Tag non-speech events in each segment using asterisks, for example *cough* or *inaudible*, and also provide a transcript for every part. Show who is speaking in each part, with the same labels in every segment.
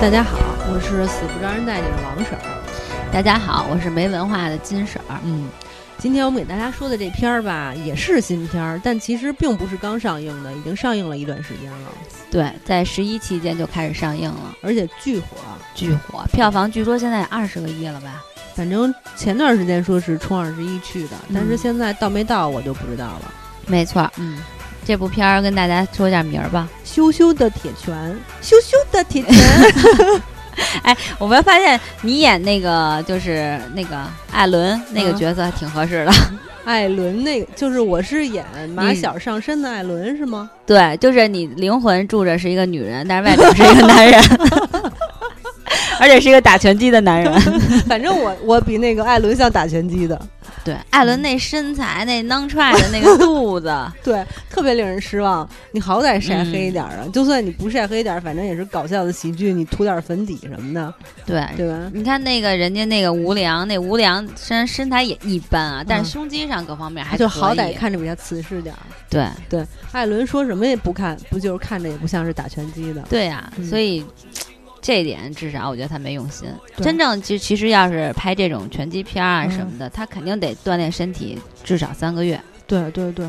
Speaker 1: 大家好，我是死不招人待见的王婶儿。
Speaker 2: 大家好，我是没文化的金婶儿。
Speaker 1: 嗯，今天我们给大家说的这片儿吧，也是新片儿，但其实并不是刚上映的，已经上映了一段时间了，
Speaker 2: 对，在十一期间就开始上映了，
Speaker 1: 而且巨火。
Speaker 2: 巨火，票房据说现在二十个亿了吧？
Speaker 1: 反正前段时间说是冲二十一去的，但是
Speaker 2: 嗯
Speaker 1: 现在到没到我就不知道了。
Speaker 2: 没错儿，嗯，这部片儿跟大家说一下名儿吧。
Speaker 1: 羞羞的铁拳，羞羞的铁拳，
Speaker 2: *laughs*
Speaker 1: *laughs*
Speaker 2: 我们发现你演那个就是那个艾伦那个
Speaker 1: 嗯
Speaker 2: 角色还挺合适 *laughs* 的，
Speaker 1: 艾伦那个就是我是演马
Speaker 2: 嗯
Speaker 1: 小上身的艾伦是吗？
Speaker 2: 对，就是你灵魂住着是一个女人，但是外表是一个男 *laughs* 人，而且是一个打拳击的男人。
Speaker 1: 反正我 *laughs* 我比那个艾伦像打拳击的，
Speaker 2: *laughs* 对，艾伦那身材那 non try 的那个肚子，
Speaker 1: 对，特别令人失望。你好歹晒黑
Speaker 2: 嗯
Speaker 1: 一点儿啊，就算你不晒黑一点儿，反正也是搞笑的喜剧，你涂点儿粉底什么的，
Speaker 2: 对，
Speaker 1: 对吧？
Speaker 2: 你看那个人家那个吴良，那吴良虽然身材也一般啊，但是胸肌上各方面还
Speaker 1: 就
Speaker 2: 可
Speaker 1: 好歹
Speaker 2: 以
Speaker 1: 看着比较瓷实点儿。
Speaker 2: 对
Speaker 1: 艾伦说什么也不看，不就是看着也不像是打拳击的。
Speaker 2: 对呀、
Speaker 1: 嗯
Speaker 2: 所以这一点至少我觉得他没用心。
Speaker 1: 对
Speaker 2: 真正其其实要是拍这种拳击片啊
Speaker 1: 嗯
Speaker 2: 什么的，他肯定得锻炼身体至少三个月。
Speaker 1: 对对对，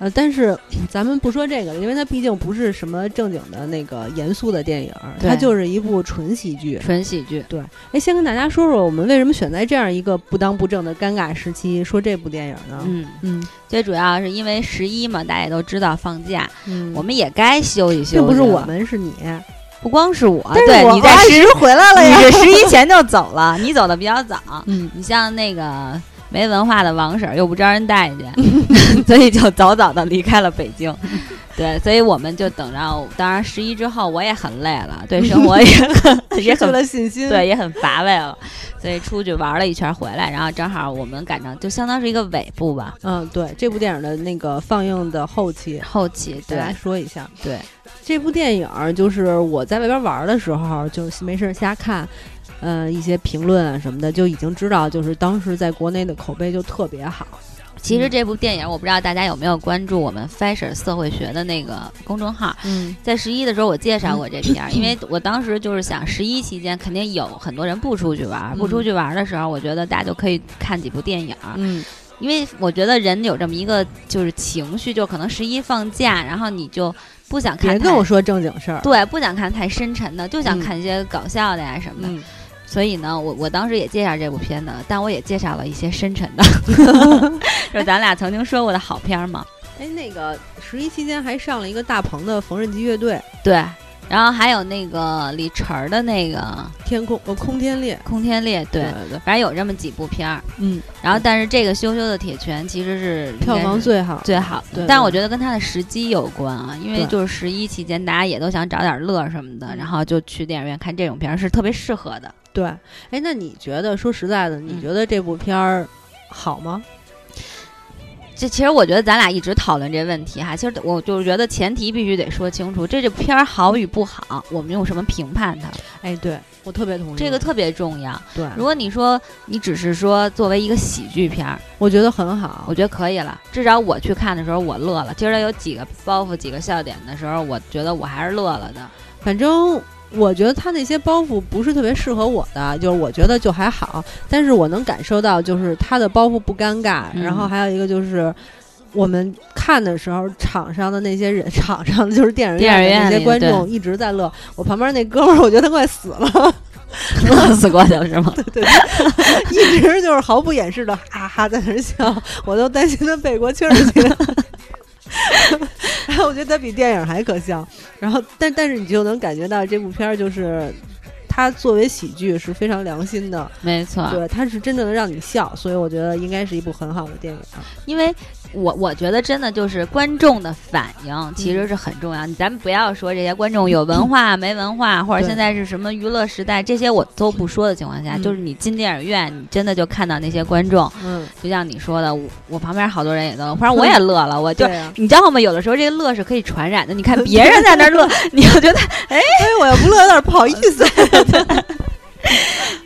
Speaker 1: 呃，但是咱们不说这个了，因为它毕竟不是什么正经的那个严肃的电影儿，它
Speaker 2: 对
Speaker 1: 就是一部纯喜剧。
Speaker 2: 纯喜剧，
Speaker 1: 哎，先跟大家说说我们为什么选在这样一个不当不正的尴尬时期说这部电影呢？
Speaker 2: 嗯，
Speaker 1: 嗯
Speaker 2: 最主要是因为十一嘛，大家也都知道放假，
Speaker 1: 嗯
Speaker 2: 我们也该休息休息
Speaker 1: 并
Speaker 2: 了。
Speaker 1: 不是我们，是你。
Speaker 2: 不光是我，
Speaker 1: 但是
Speaker 2: 啊对
Speaker 1: 我
Speaker 2: 你在
Speaker 1: 我按
Speaker 2: 十
Speaker 1: 回来了呀 *laughs*
Speaker 2: 你是十一前就走了，你走的比较早。
Speaker 1: 嗯，
Speaker 2: 你像那个没文化的王婶儿又不招人待见，
Speaker 1: *laughs*
Speaker 2: 所以就早早的离开了北京。对，所以我们就等着，当然十一之后我也很累了，对生活也
Speaker 1: *laughs*
Speaker 2: 很也
Speaker 1: 失去
Speaker 2: 很
Speaker 1: 了信心。
Speaker 2: 对，也很乏味了，所以出去玩了一圈回来，然后正好我们赶上就相当是一个尾部吧，
Speaker 1: 嗯，对，这部电影的那个放映的后期，
Speaker 2: 后期
Speaker 1: 给大家
Speaker 2: 对
Speaker 1: 说一下。
Speaker 2: 对，
Speaker 1: 这部电影儿就是我在外边玩儿的时候，就是没事儿瞎看，呃，一些评论啊什么的，就已经知道，就是当时在国内的口碑就特别好。
Speaker 2: 其实这部电影我不知道大家有没有关注我们 Fashion 社会学的那个公众号，
Speaker 1: 嗯，
Speaker 2: 在十一的时候，我介绍过这片儿，因为我当时就是想，十一期间肯定有很多人不出去玩儿，
Speaker 1: 嗯
Speaker 2: 不出去玩儿的时候，我觉得大家就可以看几部电影儿，
Speaker 1: 嗯，
Speaker 2: 因为我觉得人有这么一个就是情绪，就可能十一放假，然后你就不想看
Speaker 1: 别
Speaker 2: 太
Speaker 1: 跟我说正经事儿。
Speaker 2: 对，不想看太深沉的，就想
Speaker 1: 嗯
Speaker 2: 看一些搞笑的呀什么的。
Speaker 1: 嗯，
Speaker 2: 所以呢，我我当时也介绍这部片子，但我也介绍了一些深沉
Speaker 1: *laughs*
Speaker 2: 的，就是咱俩曾经说过的好片儿嘛。
Speaker 1: 哎，那个十一期间还上了一个大鹏的缝纫机乐队
Speaker 2: 对，然后还有那个李晨儿的那个
Speaker 1: 《天空》呃《空天猎》
Speaker 2: 《空天猎》，对。
Speaker 1: 对对，
Speaker 2: 反正有这么几部片儿，
Speaker 1: 嗯，
Speaker 2: 然后但是这个《羞羞的铁拳》其实是
Speaker 1: 票
Speaker 2: 应该
Speaker 1: 房
Speaker 2: 是
Speaker 1: 最好，
Speaker 2: 最好
Speaker 1: 对
Speaker 2: 的，但
Speaker 1: 对
Speaker 2: 我觉得跟它的时机有关啊，因为
Speaker 1: 对
Speaker 2: 就是十一期间大家也都想找点乐什么的，
Speaker 1: 嗯
Speaker 2: 然后就去电影院看这种片儿是特别适合的。
Speaker 1: 对，哎，那你觉得说实在的，你
Speaker 2: 嗯
Speaker 1: 觉得这部片儿好吗？
Speaker 2: 这其实我觉得咱俩一直讨论这问题哈，其实我就是觉得前提必须得说清楚，这这片儿好与不好，我们用什么评判它，
Speaker 1: 哎，对我特别同意
Speaker 2: 这个特别重要。
Speaker 1: 对，
Speaker 2: 如果你说你只是说作为一个喜剧片儿，
Speaker 1: 我觉得很好
Speaker 2: 我。觉得可以了，至少我去看的时候我乐了。今儿有几个包袱、几个笑点的时候，我觉得我还是乐了的。 *laughs*
Speaker 1: 反正我觉得他那些包袱不是特别适合我的，就是我觉得就还好，但是我能感受到就是他的包袱不尴尬，
Speaker 2: 嗯
Speaker 1: 然后还有一个就是。我们看的时候，场上的那些人， *laughs* 场上的就是电影
Speaker 2: 电影
Speaker 1: 院的那
Speaker 2: 院
Speaker 1: 些
Speaker 2: 里
Speaker 1: 观
Speaker 2: 对
Speaker 1: 众一直在乐。我旁边那哥们儿，我觉得他快死了，
Speaker 2: 乐死过去了是吗？
Speaker 1: *laughs* 一直就是毫不掩饰的哈哈在那儿笑，我都担心他背过气儿去 *laughs* 了。然后我觉得他比电影还可笑。然后，但但是你就能感觉到这部片儿就是。它作为喜剧是非常良心的，
Speaker 2: 没错，
Speaker 1: 对，它是真正的让你笑，所以我觉得应该是一部很好的电影。啊
Speaker 2: 因为我我觉得真的就是观众的反应其
Speaker 1: 嗯
Speaker 2: 实是很重要。你咱们不要说这些观众有文化没文化，或者
Speaker 1: 对
Speaker 2: 现在是什么娱乐时代，这些我都不说的情况下，
Speaker 1: 嗯
Speaker 2: 就是你进电影院，你真的就看到那些观众，
Speaker 1: 嗯，
Speaker 2: 就像你说的，我我旁边好多人也都，反正我也乐了，我就
Speaker 1: 对啊，
Speaker 2: 你知道吗？有的时候这个乐是可以传染的。你看别人在那
Speaker 1: *laughs*
Speaker 2: 儿乐，你就觉得
Speaker 1: 哎，我要不乐有点不好意 *laughs* 思。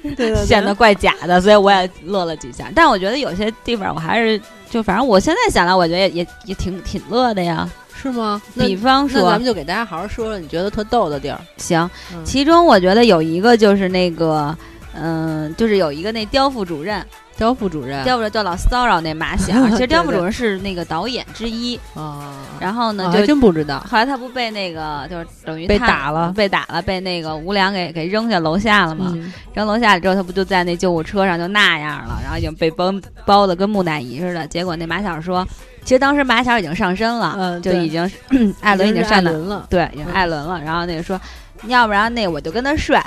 Speaker 1: 对对对，
Speaker 2: 显得怪假的，所以我也乐了几下。但我觉得有些地方我还是就，反正我现在想来，我觉得也也也挺挺乐的呀。
Speaker 1: 是吗？那
Speaker 2: 比方
Speaker 1: 那咱
Speaker 2: 说
Speaker 1: 们，就给大家好好说说你觉得特逗的地儿。
Speaker 2: 行，
Speaker 1: 嗯
Speaker 2: 其中我觉得有一个就是那个。嗯，就是有一个那刁副主任，
Speaker 1: 刁副主任
Speaker 2: 刁副主任就老骚扰那
Speaker 1: *laughs*
Speaker 2: 马小，其
Speaker 1: 对
Speaker 2: 实刁副
Speaker 1: 对
Speaker 2: 主任是那个导演之一，
Speaker 1: 啊，
Speaker 2: 然
Speaker 1: 啊
Speaker 2: 后呢，
Speaker 1: 还
Speaker 2: 就
Speaker 1: 真不知道，
Speaker 2: 后来他不被那个就是等于
Speaker 1: 被
Speaker 2: 他
Speaker 1: 打了
Speaker 2: 被打了，被那个吴良给给扔下楼下了嘛。
Speaker 1: 嗯
Speaker 2: 扔楼下了之后，他不就在那救护车上就那样了，然后已经被包包的跟木乃伊似的。结果那马小说，其实当时马小已经上身了，
Speaker 1: 嗯，
Speaker 2: 就
Speaker 1: 对
Speaker 2: 已经 *clears throat* 艾伦已经
Speaker 1: 是
Speaker 2: 上
Speaker 1: 艾
Speaker 2: 了，
Speaker 1: 伦了，
Speaker 2: 对，已经
Speaker 1: 嗯
Speaker 2: 艾伦了。然后那个说。要不然那我就跟他 *laughs* 睡，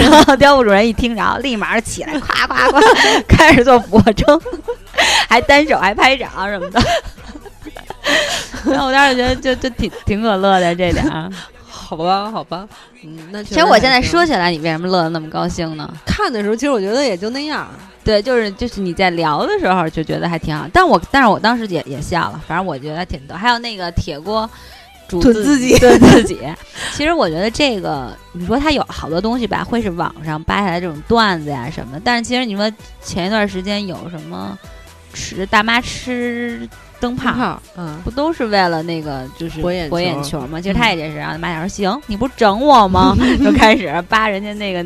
Speaker 2: 然后刁副主任一听，然后立马起来，夸夸 *laughs* 夸，开始做俯卧撑， *laughs* 还单手还拍掌什么的。 *laughs* 然后我当时觉得就就挺挺可乐的这点 *laughs* 儿。啊
Speaker 1: 好吧，好吧，嗯，那
Speaker 2: 其
Speaker 1: 其
Speaker 2: 实我现在说起来，你为什么乐得那么高兴呢？
Speaker 1: 看的时候，其实我觉得也就那样，
Speaker 2: 对，就是就是你在聊的时候就觉得还挺好，但我但是我当时也也笑了，反正我觉得挺逗。还有那个铁锅煮
Speaker 1: 炖
Speaker 2: 自
Speaker 1: 自己
Speaker 2: 炖自 *laughs* 己，其实我觉得这个你说它有好多东西吧，会是网上扒下来这种段子呀什么的，但是其实你说前一段时间有什么吃大妈吃灯泡。
Speaker 1: 胖，嗯，
Speaker 2: 不都是为了那个就是
Speaker 1: 博眼球
Speaker 2: 球吗？其实他也就是让马小说行，你不整
Speaker 1: *laughs*
Speaker 2: 我吗？就开始扒人家那个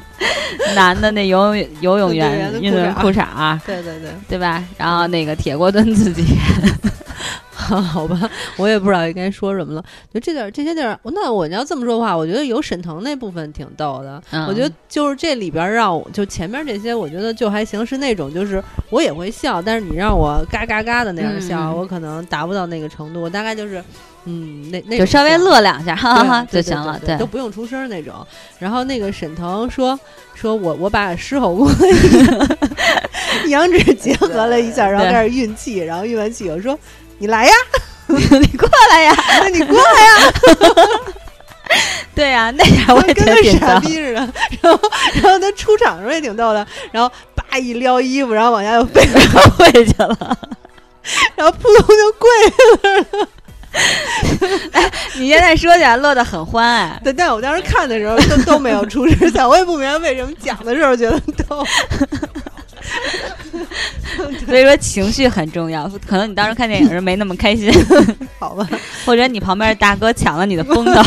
Speaker 2: *laughs* 男的那游泳游泳
Speaker 1: *laughs*
Speaker 2: 员
Speaker 1: 运动
Speaker 2: 运动
Speaker 1: 员
Speaker 2: 员
Speaker 1: 的
Speaker 2: 裤衩儿，
Speaker 1: 对对 *laughs* 对，
Speaker 2: 对吧？然后那个铁锅炖自己，
Speaker 1: 好吧，我也不知道应该说什么了。就这点儿这些地儿，那我要这么说话，我觉得有沈腾那部分挺逗的。
Speaker 2: 嗯
Speaker 1: 我觉得就是这里边儿让我就前面这些，我觉得就还行，是那种就是我也会笑，但是你让我嘎嘎嘎的那样笑，
Speaker 2: 嗯
Speaker 1: 我可能达不到那个程度。我大概就是，嗯，那那
Speaker 2: 就
Speaker 1: 种
Speaker 2: 稍微
Speaker 1: 笑
Speaker 2: 乐两下，哈
Speaker 1: 对啊
Speaker 2: 哈啊哈
Speaker 1: 对
Speaker 2: 就行了。
Speaker 1: 对都不用出声儿那种。然后那个沈腾说说我我把狮吼功和
Speaker 2: *laughs*
Speaker 1: 羊脂结合了一下，然后
Speaker 2: 对
Speaker 1: 开始运气，然后运完气我说你来呀，
Speaker 2: *laughs* 你过来呀，
Speaker 1: 我说你过来，
Speaker 2: 对呀，那点儿我也
Speaker 1: 跟
Speaker 2: 觉
Speaker 1: 个
Speaker 2: 得挺
Speaker 1: 傻
Speaker 2: 逗。
Speaker 1: 逼似的。 *laughs* 然后然后他出场的时候也挺逗的，然后叭一撩衣服，然后往下又飞，
Speaker 2: 跪去了，
Speaker 1: *laughs* 然后扑通就跪了。
Speaker 2: 你现在说起来乐得很欢哎，
Speaker 1: 对，但我当时看的时候都都没有出声
Speaker 2: *laughs*
Speaker 1: 笑，我也不明白为什么讲的时候觉得逗。
Speaker 2: 所以说情绪很重要。可能你当时看电影时没那么开心，
Speaker 1: 好吧，
Speaker 2: 或者你旁边大哥抢了你的风头，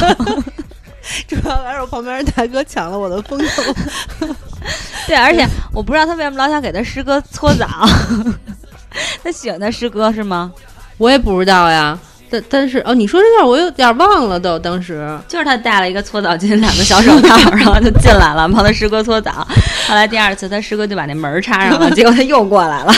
Speaker 1: 主要还是我旁边的大哥抢了我的风头。
Speaker 2: *laughs* 对，而且我不知道他为什么老想给他师哥搓澡， *laughs* 他喜欢他师哥是吗？
Speaker 1: 我也不知道呀。但但是哦，你说这段我有点忘了都，当时 *laughs*
Speaker 2: 就是他带了一个搓澡巾，两个小手套，然后就进来了，帮他师哥搓澡。后来第二次，他师哥就把那门儿插上了，结果他又过来了。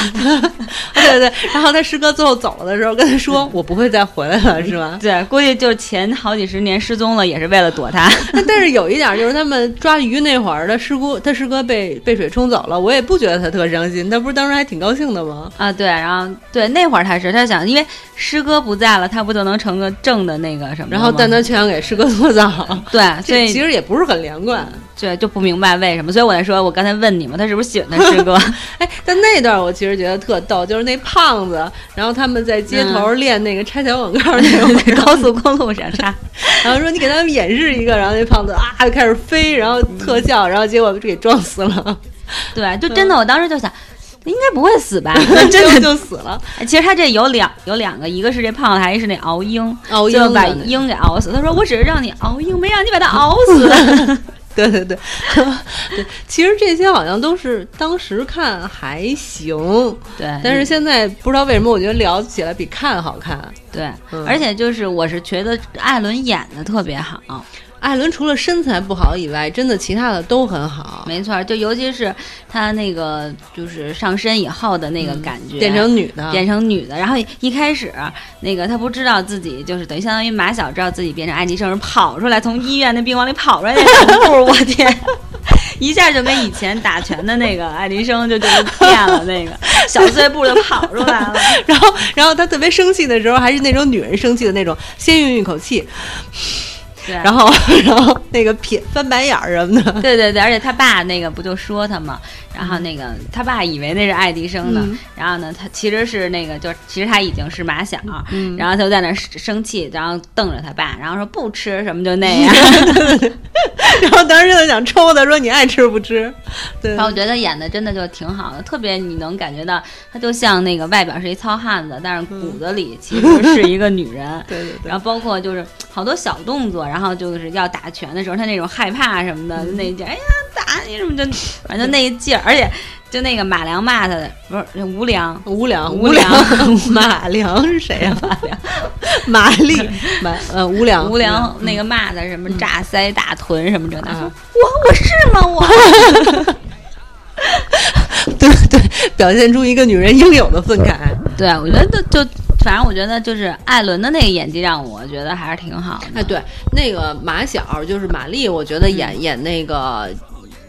Speaker 1: 对对，然后他师哥最后走了的时候跟他
Speaker 2: *laughs*
Speaker 1: 说：“我不会再回来了，是吧
Speaker 2: 对，估计就是前好几十年失踪了，也是为了躲他。？”
Speaker 1: 但但是有一点就是他们抓鱼那会儿，他师姑他师哥被被水冲走了，我也不觉得他特伤心，他不是当时还挺高兴的吗？
Speaker 2: 啊，对，然后对那会儿他是他想，因为师哥不在了，他不就能成个正的那个什么了吗？
Speaker 1: 然后但他却想给师哥搓澡，
Speaker 2: 对，嗯所
Speaker 1: 这
Speaker 2: 以
Speaker 1: 其实也不是很连贯。
Speaker 2: 对就不明白为什么，所以我才说，我刚才问你嘛，他是不是喜欢他师
Speaker 1: *laughs*
Speaker 2: 哥？ *laughs*
Speaker 1: 哎，但那段我其实觉得特逗，就是那胖子，然后他们在街头
Speaker 2: 嗯
Speaker 1: 练那个拆小广告那种，
Speaker 2: 对，高速公路上插。
Speaker 1: 然后说你给他们演示一个，然后那胖子啊就开始飞，然后特效，然后结果给撞死 *laughs* 了，
Speaker 2: *laughs* 对，啊就真的，我当时就想，应该不会 *laughs* 死吧？
Speaker 1: 真的
Speaker 2: 真的，
Speaker 1: 就死了。
Speaker 2: 其实他这有两有两个，一个是这胖子，还是那熬 *laughs* 鹰，
Speaker 1: 熬
Speaker 2: 就
Speaker 1: 鹰
Speaker 2: 是把
Speaker 1: 哦的那
Speaker 2: 鹰给熬死。他说我只是让你熬鹰，没让你把它熬 *laughs* 死。
Speaker 1: *laughs* 对对 *laughs* 对，对，其实这些好像都是当时看还行，
Speaker 2: 对，
Speaker 1: 但是现在不知道为什么，我觉得聊起来比看好看。
Speaker 2: 对，
Speaker 1: 嗯
Speaker 2: 而且就是我是觉得艾伦演的特别好，
Speaker 1: 艾伦除了身材不好以外，真的其他的都很好，
Speaker 2: 没错儿，就尤其是他那个就是上身以后的那个感觉，
Speaker 1: 变成女的，
Speaker 2: 嗯变成女的，然后一开始那个她不知道自己就是等于相当于马小知道自己变成埃及圣人跑出来，从医院那病房里跑出来那种步，我天，一下就跟以前打拳的那个爱迪生就就变了，那个
Speaker 1: *laughs*
Speaker 2: 小碎步就跑出来了，
Speaker 1: 然后，然后他特别生气的时候，还是那种女人生气的那种，先运一口气，
Speaker 2: 对，
Speaker 1: 然后， *laughs* 然后那个撇翻白眼儿什么的。
Speaker 2: 对对对，而且他爸那个不就说他嘛，然后那个他爸以为那是爱迪生呢，
Speaker 1: 嗯
Speaker 2: 然后呢他其实是那个就是其实他已经是马小，
Speaker 1: 嗯
Speaker 2: 然后
Speaker 1: *laughs*
Speaker 2: 他就在那儿生气，然后瞪着他爸，然后说不吃什么就那样，
Speaker 3: *laughs* 然后当时就想抽他，说你爱吃不吃？对，
Speaker 2: 然后我觉得演的真的就挺好的，特别你能感觉到，她就像那个外表是一糙汉子，但是骨子里其实是一个女人。 *laughs*
Speaker 3: 对对对
Speaker 2: 然，后包括就是好多小动作，然后就是要打拳的时候，他那种害怕什么的，就那一劲儿，哎呀打你什么就，反正就那一劲儿，而且就那个马良骂他的不是无良，
Speaker 3: 无良
Speaker 2: 无
Speaker 3: 良
Speaker 2: 良
Speaker 3: 马良是谁呀、啊？马丽马呃无
Speaker 1: 啊
Speaker 3: 良
Speaker 2: 无良那个骂他什么炸腮大臀什么这的，
Speaker 3: 啊
Speaker 2: 说我我是吗我？ *laughs*
Speaker 3: 对对，表现出一个女人应有的愤慨。
Speaker 2: 对，我觉得就就反正我觉得就是艾伦的那个演技让我觉得还是挺好的。
Speaker 1: 哎，对，那个马晓就是马丽，我觉得演、
Speaker 3: 嗯
Speaker 1: 演那个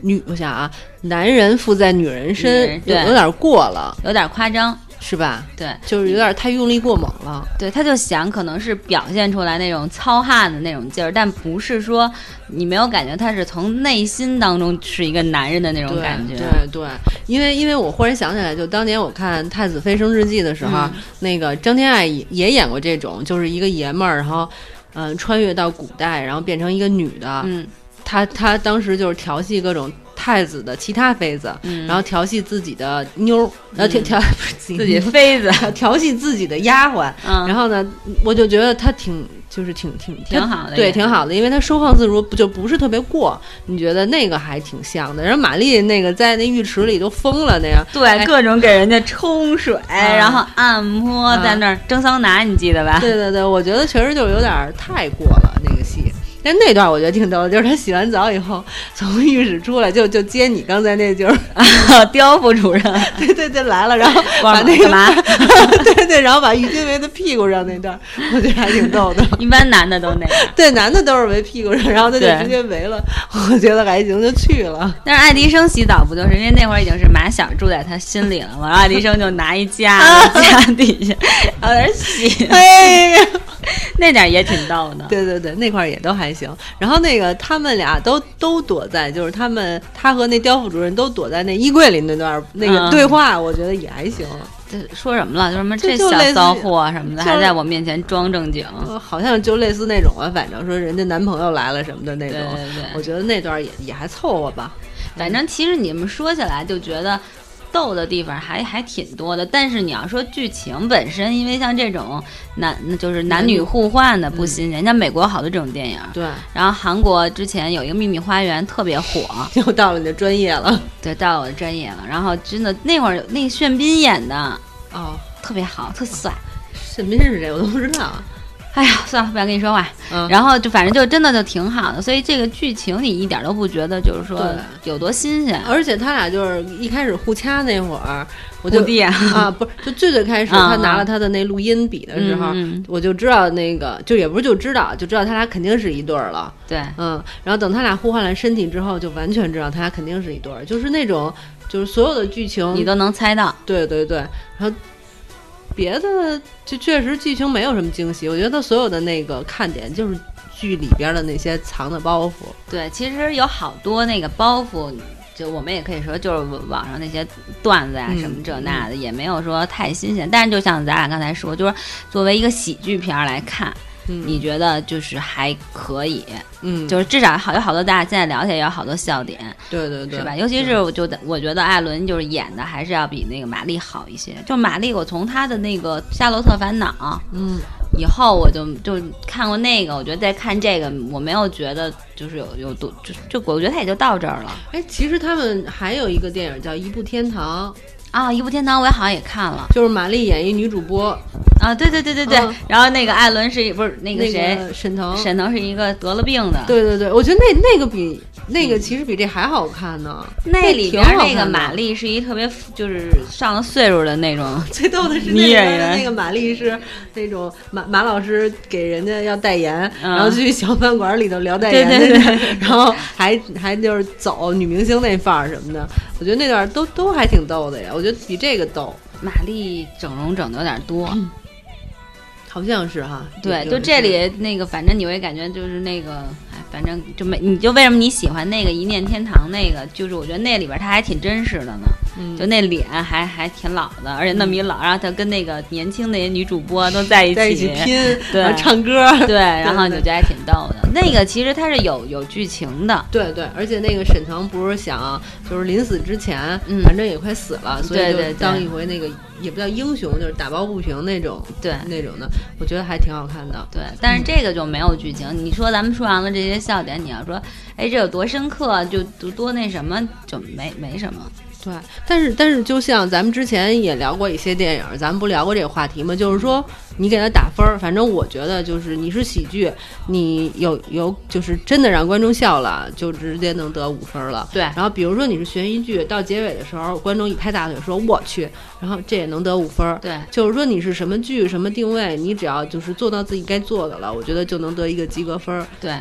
Speaker 1: 女，我想啊，男人附在女人
Speaker 2: 女
Speaker 1: 身
Speaker 2: 人，
Speaker 1: 有
Speaker 2: 对
Speaker 1: 有点过了，
Speaker 2: 有点夸张，
Speaker 1: 是吧？
Speaker 2: 对
Speaker 1: 就是有点太用力过猛了。
Speaker 2: 对，他就想可能是表现出来那种糙汉的那种劲儿，但不是说你没有感觉他是从内心当中是一个男人的那种
Speaker 1: 对
Speaker 2: 感觉。
Speaker 1: 对对，因为因为我忽然想起来，就当年我看《太子妃升职记》的时候，啊
Speaker 2: 嗯
Speaker 1: 那个张天爱也也演过这种，就是一个爷们儿，然后嗯、呃穿越到古代，然后变成一个女的，
Speaker 2: 嗯
Speaker 1: 她她当时就是调戏各种太子的其他妃子，
Speaker 2: 嗯，
Speaker 1: 然后调戏自己的妞儿，然后调调不是自己
Speaker 2: 自己妃子，
Speaker 1: 的 *laughs* 调戏自己的丫鬟，
Speaker 2: 嗯，
Speaker 1: 然后呢，我就觉得她挺就是挺挺
Speaker 2: 挺好的
Speaker 1: 对，
Speaker 2: 也
Speaker 1: 挺好的，因为她收放自如，不就不是特别过？你觉得那个还挺像的。然后玛丽那个在那浴池里都疯了那样，
Speaker 2: 对各种给人家冲水，然后按摩，
Speaker 1: 啊
Speaker 2: 在那儿蒸桑拿，你记得吧？
Speaker 1: 嗯
Speaker 2: *laughs*
Speaker 1: 对对对，我觉得确实就是有点儿太过了那个戏。但那段我觉得挺逗的，就是她洗完澡以后从浴室出来就就接你刚才那句儿， *laughs*
Speaker 2: 刁副主任，
Speaker 1: 对对对来了，然后 *laughs* 把
Speaker 2: 把
Speaker 1: 那
Speaker 2: 干
Speaker 1: 个
Speaker 2: 嘛？ *laughs*
Speaker 1: 对对，然后把浴巾围在屁股上那段儿，我觉得还挺逗的。
Speaker 2: 一般男的都那样。
Speaker 1: 对，男的都是围屁股上，然后他就
Speaker 2: 对
Speaker 1: 直接围了，我觉得还行，就去了。
Speaker 2: 但是爱迪生洗澡不就是因为那会儿已经是马小住在他心里了嘛？然后爱迪生就拿一夹
Speaker 1: *laughs*
Speaker 2: 子夹底下，然后在那儿洗，
Speaker 1: 哎呀，
Speaker 2: 那点儿也挺逗的。
Speaker 1: 对对对，那块儿也都还行。然后那个他们俩都都躲在，就是他们他和那刁副主任都躲在那衣柜里那段儿那个
Speaker 2: 嗯
Speaker 1: 对话，我觉得也还行。
Speaker 2: 这说什么了？就什么
Speaker 1: 这
Speaker 2: 这
Speaker 1: 就类似于
Speaker 2: 小骚货什么
Speaker 1: 就
Speaker 2: 的，
Speaker 1: 是
Speaker 2: 还在我面前装正经。
Speaker 1: 呃好像就类似那种啊，反正说人家男朋友来了什么的那
Speaker 2: 对
Speaker 1: 种，
Speaker 2: 对
Speaker 1: 我
Speaker 2: 对，
Speaker 1: 觉得那段儿也也还凑合吧。
Speaker 2: 反正其实你们说起来就觉得。逗的地方还还挺多的，但是你要说剧情本身，因为像这种男就是男
Speaker 1: 男女
Speaker 2: 女互换的不
Speaker 1: 嗯
Speaker 2: 新鲜，像美国好多这种电影儿，
Speaker 1: 对，
Speaker 2: 然后韩国之前有一个秘密花园特别火，
Speaker 1: 又到了你的专业了。
Speaker 2: 对，到了我的专业了。然后真的那会儿那个炫斌演的
Speaker 1: 哦，
Speaker 2: 特别好，特帅。
Speaker 1: 什么是谁我都不知道。啊
Speaker 2: 哎呀，算了，不想跟你说话。
Speaker 1: 嗯
Speaker 2: 然后就反正就真的就挺好的，所以这个剧情你一点都不觉得就是说
Speaker 1: 对
Speaker 2: 有多新鲜。
Speaker 1: 而且他俩就是一开始互掐那会儿，
Speaker 2: *laughs*
Speaker 1: 我就
Speaker 2: 五弟啊，
Speaker 1: 啊，不是，就最最开始
Speaker 2: 啊
Speaker 1: 他拿了他的那录音笔的时候，
Speaker 2: 嗯嗯
Speaker 1: 我就知道那个，就也不是就知道，就知道他俩肯定是一对儿了。
Speaker 2: 对，
Speaker 1: 嗯，然后等他俩互换了身体之后，就完全知道他俩肯定是一对儿，嗯就是那种，就是所有的剧情，
Speaker 2: 你都能猜到。
Speaker 1: 对对对，然后。别的就确实剧情没有什么惊喜，我觉得他所有的那个看点就是剧里边的那些藏的包袱。
Speaker 2: 对，其实有好多那个包袱，就我们也可以说，就是网上那些段子啊，
Speaker 1: 嗯
Speaker 2: 什么这那的，也没有说太新鲜。但是就像咱俩刚才说，就是作为一个喜剧片儿来看，
Speaker 1: 嗯
Speaker 2: 你觉得就是还可以，
Speaker 1: 嗯，
Speaker 2: 就是至少好有好多大家现在聊起来也有好多笑点，
Speaker 1: 对对对，
Speaker 2: 是吧？尤其是我就我觉得艾伦就是演的还是要比那个玛丽好一些。就玛丽，我从她的那个《夏洛特烦恼》
Speaker 1: 嗯，
Speaker 2: 以后，我就就看过那个，我觉得再看这个，我没有觉得就是有有多就就我觉得她也就到这儿了
Speaker 1: 哎，其实他们还有一个电影叫《一步天堂
Speaker 2: 啊。《一步天堂》我也好像也看了》，
Speaker 1: 就是玛丽演一女主播，
Speaker 2: 啊，对对对对对。
Speaker 1: 嗯
Speaker 2: 然后那个艾伦是不是那个谁、
Speaker 1: 沈腾，
Speaker 2: 沈腾是一个得了病的，
Speaker 1: 对对对，我觉得那那个比那个其实比这还好看呢。
Speaker 2: 那里
Speaker 1: 挺
Speaker 2: 边
Speaker 1: 好
Speaker 2: 那
Speaker 1: 看
Speaker 2: 个
Speaker 1: 的
Speaker 2: 玛丽是一特别就是上了岁数的那种。
Speaker 1: 最逗的是
Speaker 2: 女
Speaker 1: 那
Speaker 2: 演
Speaker 1: 个
Speaker 2: 员
Speaker 1: 那个玛丽是那种马马老师给人家要代言，
Speaker 2: 嗯
Speaker 1: 然后去小饭馆里头聊代言，
Speaker 2: 对对对
Speaker 1: 对， *laughs* 然后还还就是走女明星那范儿什么的，我觉得那段都都还挺逗的呀，我觉得比这个逗，
Speaker 2: 玛丽整容整的有点多，
Speaker 1: 好像是哈。
Speaker 2: 嗯对，
Speaker 1: 有
Speaker 2: 就这，里那个，反正你会感觉就是那个，哎，反正就没，你就为什么你喜欢那个《一念天堂》那个，就是我觉得那里边他还挺真实的呢，
Speaker 1: 嗯
Speaker 2: 就那脸还还挺老的，而且那么一老，然后他跟那个嗯年轻那些女主播都在一起，
Speaker 1: 在一起拼，
Speaker 2: 对
Speaker 1: 然后唱歌，
Speaker 2: 对，然后你就
Speaker 1: 对
Speaker 2: 觉得还挺逗的。那个其实它是有有剧情的，
Speaker 1: 对对，而且那个沈腾不是想就是临死之前，
Speaker 2: 嗯
Speaker 1: 反正也快死了，所
Speaker 2: 对
Speaker 1: 以
Speaker 2: 对
Speaker 1: 就
Speaker 2: 对
Speaker 1: 当一回那个也不叫英雄，就是打抱不平那种
Speaker 2: 对
Speaker 1: 那种的，我觉得还挺好看的。
Speaker 2: 对，但是这个就没有剧情。你说咱们说完了这些笑点，你要说，哎，这有多深刻，就多多那什么，就没没什么。
Speaker 1: 对，但是但是就像咱们之前也聊过一些电影，咱们不聊过这个话题吗？就是说你给它打分儿，反正我觉得就是你是喜剧，你有有就是真的让观众笑了，就直接能得五分儿了。
Speaker 2: 对
Speaker 1: 然后比如说你是悬疑剧，到结尾的时候观众一拍大腿说我去，然后这也能得五分儿。
Speaker 2: 对
Speaker 1: 就是说你是什么剧什么定位，你只要就是做到自己该做的了，我觉得就能得一个及格分儿。
Speaker 2: 对，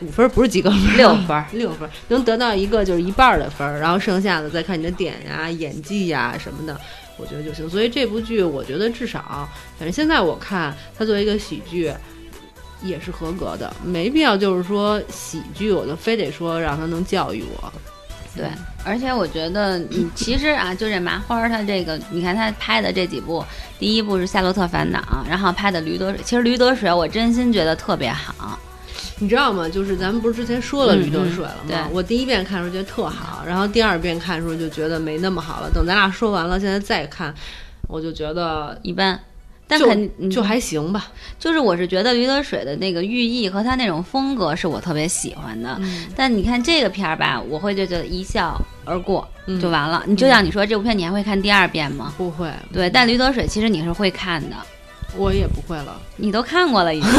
Speaker 1: 五分儿不是及格分儿，
Speaker 2: 六分儿。
Speaker 1: 六分儿能得到一个就是一半儿的分儿，然后剩下的再看你的点呀、演技呀什么的，我觉得就行。所以这部剧我觉得至少，反正现在我看它作为一个喜剧。也是合格的，没必要就是说喜剧，我就非得说让它能教育我。
Speaker 2: 对，而且我觉得，嗯，其实啊，就这麻花儿，他这个，你看他拍的这几部，第一部是《夏洛特烦恼》，然后拍的《驴得水》，其实《驴得水》我真心觉得特别好。
Speaker 1: 你知道吗？就是咱们不是之前说了
Speaker 2: 嗯
Speaker 1: 驴得水了吗？
Speaker 2: 嗯对
Speaker 1: 我第一遍看的时候觉得特好，然后第二遍看的时候就觉得没那么好了。等咱俩说完了，现在再看，我就觉得
Speaker 2: 一般，但
Speaker 1: 就
Speaker 2: 肯嗯
Speaker 1: 就还行吧。
Speaker 2: 就是我是觉得《驴得水》的那个寓意和他那种风格是我特别喜欢的。
Speaker 1: 嗯，
Speaker 2: 但你看这个片儿吧，我会就觉得一笑而过
Speaker 1: 嗯
Speaker 2: 就完了。你就像你说这部片，你还会看第二遍吗？
Speaker 1: 不会，
Speaker 2: 对，但《驴得水》其实你是会看的，
Speaker 1: 我也不会了。
Speaker 2: 你都看过
Speaker 1: *laughs*
Speaker 2: 了已经，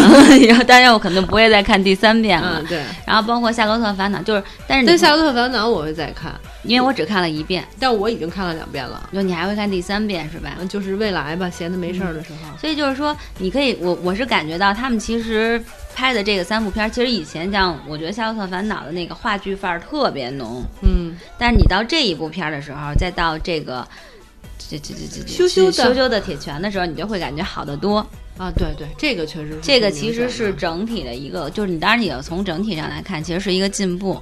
Speaker 2: 然后当然我可能不会再看第三遍了。
Speaker 1: 嗯，对。
Speaker 2: 然后包括《夏洛特烦恼》，就是但是
Speaker 1: 但《
Speaker 2: 你
Speaker 1: 夏洛特烦恼》我会再看，
Speaker 2: 因为我只看了一遍，
Speaker 1: 但我已经看了两遍了。
Speaker 2: 就你还会看第三遍是吧？
Speaker 1: 嗯，就是未来吧，闲的没事儿的时候。
Speaker 2: 所以就是说，你可以，我我是感觉到他们其实拍的这个三部片儿，其实以前像我觉得《夏洛特烦恼》的那个话剧范儿特别浓，
Speaker 1: 嗯，
Speaker 2: 但是你到这一部片儿的时候，再到这个这这这这这
Speaker 1: 羞羞的
Speaker 2: 羞羞的铁拳的时候，你就会感觉好得多。
Speaker 1: 啊，对对，这个确实是
Speaker 2: 这个
Speaker 1: 不明
Speaker 2: 其实
Speaker 1: 显
Speaker 2: 是
Speaker 1: 的
Speaker 2: 整体的一个，就是你当然你要从整体上来看，其实是一个进步。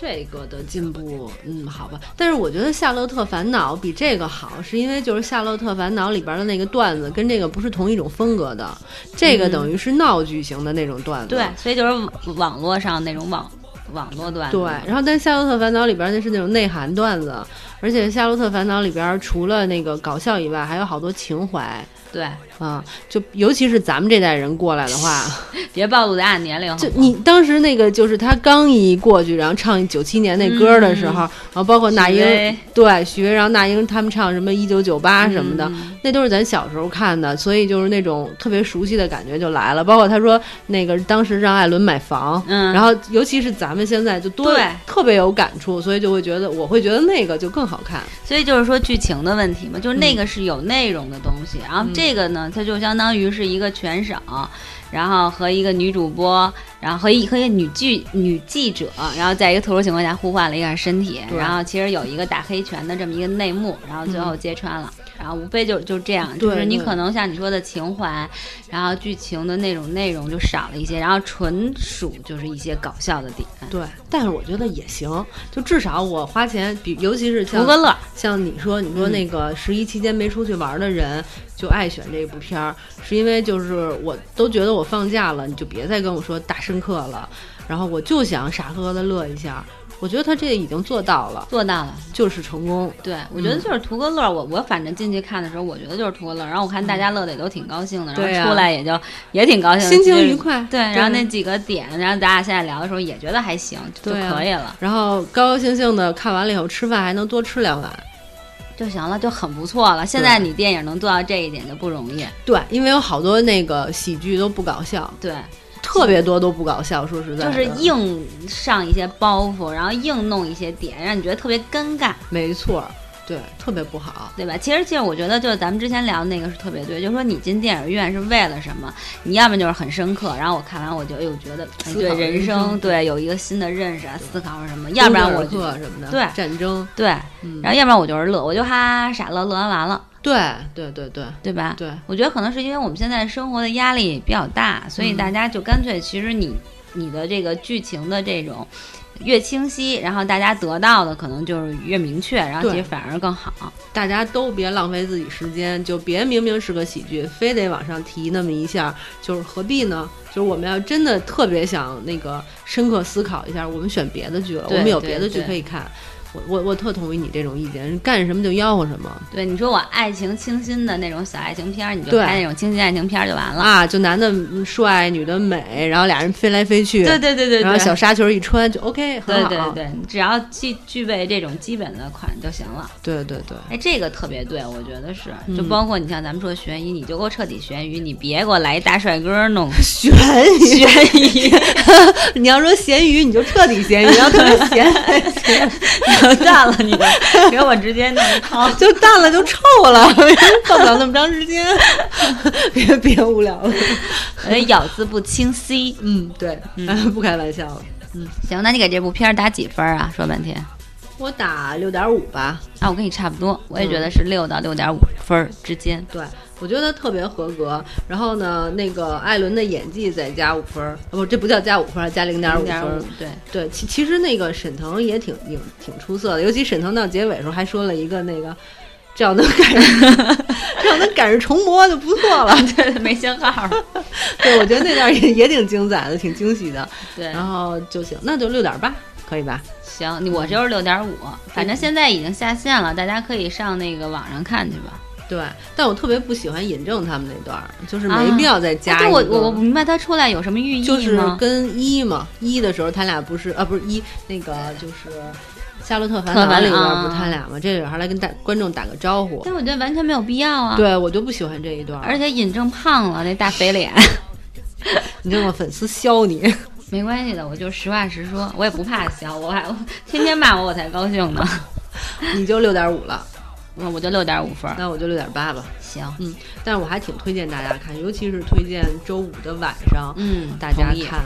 Speaker 1: 这个的进步，嗯，好吧。但是我觉得《夏洛特烦恼》比这个好，是因为就是《夏洛特烦恼》里边的那个段子跟这个不是同一种风格的，这个
Speaker 2: 嗯
Speaker 1: 等于是闹剧型的那种段子。
Speaker 2: 对，所以就是网网络上那种网网络段子
Speaker 1: 对
Speaker 2: 嘛。，
Speaker 1: 然后但《夏洛特烦恼》里边那是那种内涵段子，而且《夏洛特烦恼》里边除了那个搞笑以外，还有好多情怀。
Speaker 2: 对，
Speaker 1: 啊，就尤其是咱们这代人过来的话，
Speaker 2: 别暴露咱俩年龄。
Speaker 1: 就
Speaker 2: 好吗
Speaker 1: 你当时那个就是他刚一过去，然后唱九七年那歌的时候，然后包括那
Speaker 2: 许
Speaker 1: 英
Speaker 2: 巍
Speaker 1: 对许巍，然后那英他们唱什么一九九八啊什么的，
Speaker 2: 嗯
Speaker 1: 那都是咱小时候看的，所以就是那种特别熟悉的感觉就来了。包括他说那个当时让艾伦买房。
Speaker 2: 嗯，
Speaker 1: 然后，尤其是咱们现在就多
Speaker 2: 对
Speaker 1: 特别有感触，所以就会觉得，我会觉得那个就更好看。
Speaker 2: 所以就是说剧情的问题嘛，就是那个
Speaker 1: 嗯
Speaker 2: 是有内容的东西，然后这个呢，它就相当于是一个全省，然后和一个女主播，然后和一和一个女记女记者，然后在一个特殊情况下互换了一下身体，
Speaker 1: 对
Speaker 2: 然后其实有一个打黑拳的这么一个内幕，然后最后揭穿了。然后无非就就这样，
Speaker 1: 嗯对
Speaker 2: 就是你
Speaker 1: 对
Speaker 2: 可能像你说的情怀，然后剧情的那种内容就少了一些，然后纯属就是一些搞笑的点，
Speaker 1: 对，但是我觉得也行，就至少我花钱，比尤其是像
Speaker 2: 图个乐儿。
Speaker 1: 像你说，你
Speaker 2: 嗯
Speaker 1: 说那个十一期间没出去玩的人，就爱选这部片儿，是因为就是我都觉得我放假了，你就别再跟我说大深刻了，然后我就想傻呵呵的乐一下。我觉得他这已经做到了，
Speaker 2: 做到了。
Speaker 1: 就是成功。
Speaker 2: 对，我
Speaker 1: 嗯
Speaker 2: 觉得就是图个乐儿。我我反正进去看的时候，我觉得就是图个乐儿。然后我看大家乐的也都挺高兴的，
Speaker 1: 嗯对
Speaker 2: 然
Speaker 1: 啊
Speaker 2: 后出来也就也挺高兴，
Speaker 1: 心情
Speaker 2: 就是
Speaker 1: 愉快
Speaker 2: 哎对，
Speaker 1: 对
Speaker 2: 然后那几个点，然后大家现在聊的时候也觉得还行，就
Speaker 1: 对啊
Speaker 2: 可以了，
Speaker 1: 然后高高兴兴的看完了以后，吃饭还能多吃两碗。
Speaker 2: 就行了，就很不错了。现在你电影能做到这一点就不容易。
Speaker 1: 对，因为有好多那个喜剧都不搞笑，
Speaker 2: 对，
Speaker 1: 特别多都不搞笑。说实在
Speaker 2: 就
Speaker 1: 的，
Speaker 2: 是硬上一些包袱，然后硬弄一些点，让你觉得特别尴尬，
Speaker 1: 没错儿，对，特别不好。
Speaker 2: 对吧？其实，其实我觉得就是咱们之前聊的那个是特别对，就是说你进电影院是为了什么？你要么就是很深刻，然后我看完我就哎呦觉得哎
Speaker 1: 思考
Speaker 2: 对人
Speaker 1: 人生
Speaker 2: 生对有一个新的认识啊，思考是什么？要不然我
Speaker 1: 敦
Speaker 2: 就
Speaker 1: 刻尔克什么的，
Speaker 2: 对
Speaker 1: 战争，
Speaker 2: 对，
Speaker 1: 嗯，
Speaker 2: 然后要不然我就是乐，我就哈哈傻乐，乐完完了，
Speaker 1: 对对对对
Speaker 2: 对吧？
Speaker 1: 对，
Speaker 2: 我觉得可能是因为我们现在生活的压力比较大，所
Speaker 1: 嗯
Speaker 2: 以大家就干脆其实你你的这个剧情的这种。越清晰，然后大家得到的可能就是越明确，然后
Speaker 1: 对
Speaker 2: 其实反而更好。
Speaker 1: 大家都别浪费自己时间，就别明明是个喜剧，非得往上提那么一下，就是何必呢？就是我们要真的特别想那个深刻思考一下，我们选别的剧了，我
Speaker 2: 对
Speaker 1: 们有
Speaker 2: 对
Speaker 1: 别的剧
Speaker 2: 对
Speaker 1: 可以看。我我我特同意你这种意见，干什么就吆喝什么
Speaker 2: 对，你说我爱情清新的那种小爱情片儿，你就
Speaker 1: 对
Speaker 2: 拍那种清新爱情片儿就完了。
Speaker 1: 啊，就男的帅，女的美，然后俩人飞来飞去，
Speaker 2: 对对对对
Speaker 1: 然后
Speaker 2: 对，
Speaker 1: 小啊纱裙一穿就 OK，很
Speaker 2: 对
Speaker 1: 好。
Speaker 2: 对对，你只要具具备这种基本的款就行了。
Speaker 1: 对对对
Speaker 2: 哎，这个特别对，我觉得是，
Speaker 1: 嗯
Speaker 2: 就包括你像咱们说悬疑，你就给我彻底悬疑，你别给我来一大帅
Speaker 1: *laughs*
Speaker 2: 哥弄 *laughs*
Speaker 1: 悬
Speaker 2: 悬疑，
Speaker 1: 疑， *laughs* 你要说咸鱼，你就彻底咸鱼，要特别咸，
Speaker 2: 完蛋了你，给我直接弄一套。
Speaker 1: 就淡了就臭了， *laughs* 干不了那么长时间。 *laughs* 别别无聊了，
Speaker 2: 我觉得哎咬字不清晰。
Speaker 1: 嗯，对，
Speaker 2: 嗯
Speaker 1: 不开玩笑了。
Speaker 2: 行，那你给这部片儿打几分儿啊？说半天
Speaker 1: 我打六点五吧，
Speaker 2: 啊，我跟你差不多，我也觉
Speaker 1: 嗯
Speaker 2: 得是六到六点五分儿之间。
Speaker 1: 对我觉得特别合格。然后呢，那个艾伦的演技再加五分儿，啊不，这不叫加五分儿，加零点五分儿
Speaker 2: 0.5。，对，
Speaker 1: 对，其其实那个沈腾也挺挺挺出色的，尤其沈腾到结尾的时候还说了一个那个，这要能赶 *laughs* 上，这要能赶上重播就不错了。
Speaker 2: 对， *laughs* 没信号儿。
Speaker 1: 对，我觉得那段也也挺精彩的，挺惊喜的。
Speaker 2: 对，
Speaker 1: 然后就行，那就六点八，可以吧？
Speaker 2: 行，你我就是六点五，反
Speaker 1: 嗯
Speaker 2: 正现在已经下线了，大家可以上那个网上看去吧。
Speaker 1: 对，但我特别不喜欢尹正他们那段儿，就是
Speaker 2: 啊
Speaker 1: 没必要再加
Speaker 2: 啊
Speaker 1: 一
Speaker 2: 对
Speaker 1: 个。
Speaker 2: 我我我不明白它出来有什么寓意吗？
Speaker 1: 就是跟一嘛，一的时候他俩不是啊，不是一那个就是《夏洛特烦恼
Speaker 2: 特烦恼》啊
Speaker 1: 里边儿不是他俩嘛，这里边儿还来跟大观众打个招呼。
Speaker 2: 但我觉得完全没有必要啊。，
Speaker 1: 对，我就不喜欢这一段儿，
Speaker 2: 而且尹正胖了，那大肥脸， *laughs*
Speaker 1: 你让我粉丝削你。 *laughs*
Speaker 2: 没关系的，我就实话实说，我也不怕削，我还我天天骂我我才高兴呢。 *laughs*
Speaker 1: 你就六点五了，
Speaker 2: 我我就六点五分儿，
Speaker 1: 那我就六点八吧。
Speaker 2: 行，
Speaker 1: 但是我还挺推荐大家看，尤其是推荐周五的晚上
Speaker 2: 嗯，
Speaker 1: 大家
Speaker 2: 同意
Speaker 1: 看。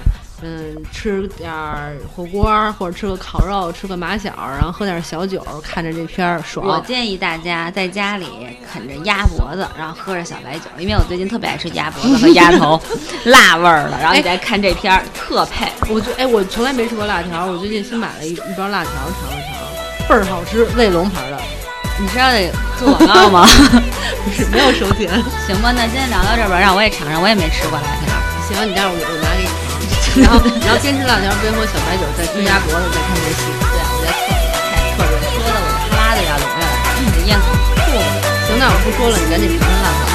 Speaker 1: 嗯，吃点儿火锅儿，或者吃个烤肉，吃个马小，然后喝点小酒，看着这片儿
Speaker 2: 我
Speaker 1: 爽。
Speaker 2: 建议大家在家里啃着鸭脖子，然后喝着小白酒，因为我最近特别爱吃鸭脖子和鸭头，辣味儿的。然后你再看这片儿，特配。
Speaker 1: 我就哎，我从来没吃过辣条，我最近新买了一一包辣条尝了尝，倍儿好吃，卫龙牌的，
Speaker 2: 你知道得做广告吗？ *laughs*
Speaker 1: 不是没有收钱。
Speaker 2: 行吧，那今天聊到这儿吧，让我也尝尝，我也没吃过辣条。
Speaker 1: 行，你待会儿我我拿给 *laughs* 你尝。然嗯后然后边吃辣条边喝小白酒，再吃鸭脖子，再看这戏。
Speaker 2: 对，我觉得哎特别配，说的我哈喇都要流下来，这咽口吐沫。
Speaker 1: 行，那我不说了，你赶紧尝尝辣条。